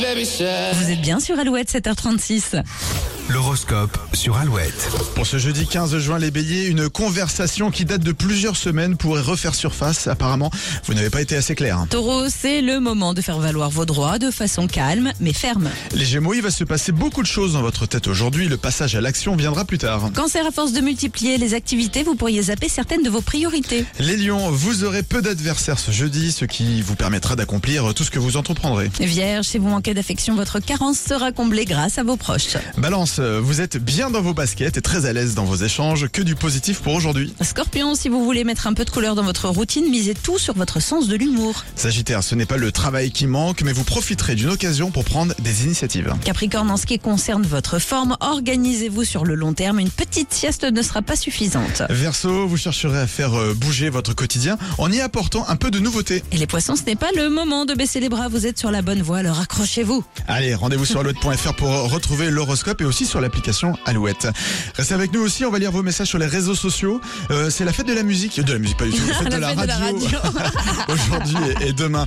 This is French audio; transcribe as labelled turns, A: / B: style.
A: Vous êtes bien sur Alouette 7h36.
B: L'horoscope sur Alouette.
C: Pour ce jeudi 15 juin, les béliers, une conversation qui date de plusieurs semaines pourrait refaire surface. Apparemment, vous n'avez pas été assez clair. hein.
A: Taureau, c'est le moment de faire valoir vos droits de façon calme mais ferme.
C: Les gémeaux, il va se passer beaucoup de choses dans votre tête aujourd'hui. Le passage à l'action viendra plus tard.
A: Cancer, à force de multiplier les activités, vous pourriez zapper certaines de vos priorités.
C: Les lions, vous aurez peu d'adversaires ce jeudi, ce qui vous permettra d'accomplir tout ce que vous entreprendrez.
A: Vierge, si vous manquez d'affection, votre carence sera comblée grâce à vos proches.
C: Balance, euh, vous êtes bien dans vos baskets et très à l'aise dans vos échanges. Que du positif pour aujourd'hui.
A: Scorpion, si vous voulez mettre un peu de couleur dans votre routine, misez tout sur votre sens de l'humour.
C: Sagittaire, ce n'est pas le travail qui manque, mais vous profiterez d'une occasion pour prendre des initiatives.
A: Capricorne, en ce qui concerne votre forme, organisez-vous sur le long terme. Une petite sieste ne sera pas suffisante.
C: Verseau, vous chercherez à faire euh, bouger votre quotidien en y apportant un peu de nouveauté.
A: Et les poissons, ce n'est pas le moment de baisser les bras, vous êtes sur la bonne voie, alors accrochez-vous.
C: Allez, rendez-vous sur alouette.fr pour euh, retrouver l'horoscope et aussi sur l'application Alouette. Restez avec nous aussi, on va lire vos messages sur les réseaux sociaux. Euh, c'est la fête de la musique, de la musique pas du tout, la fête de la radio,
A: radio.
C: aujourd'hui et- et demain.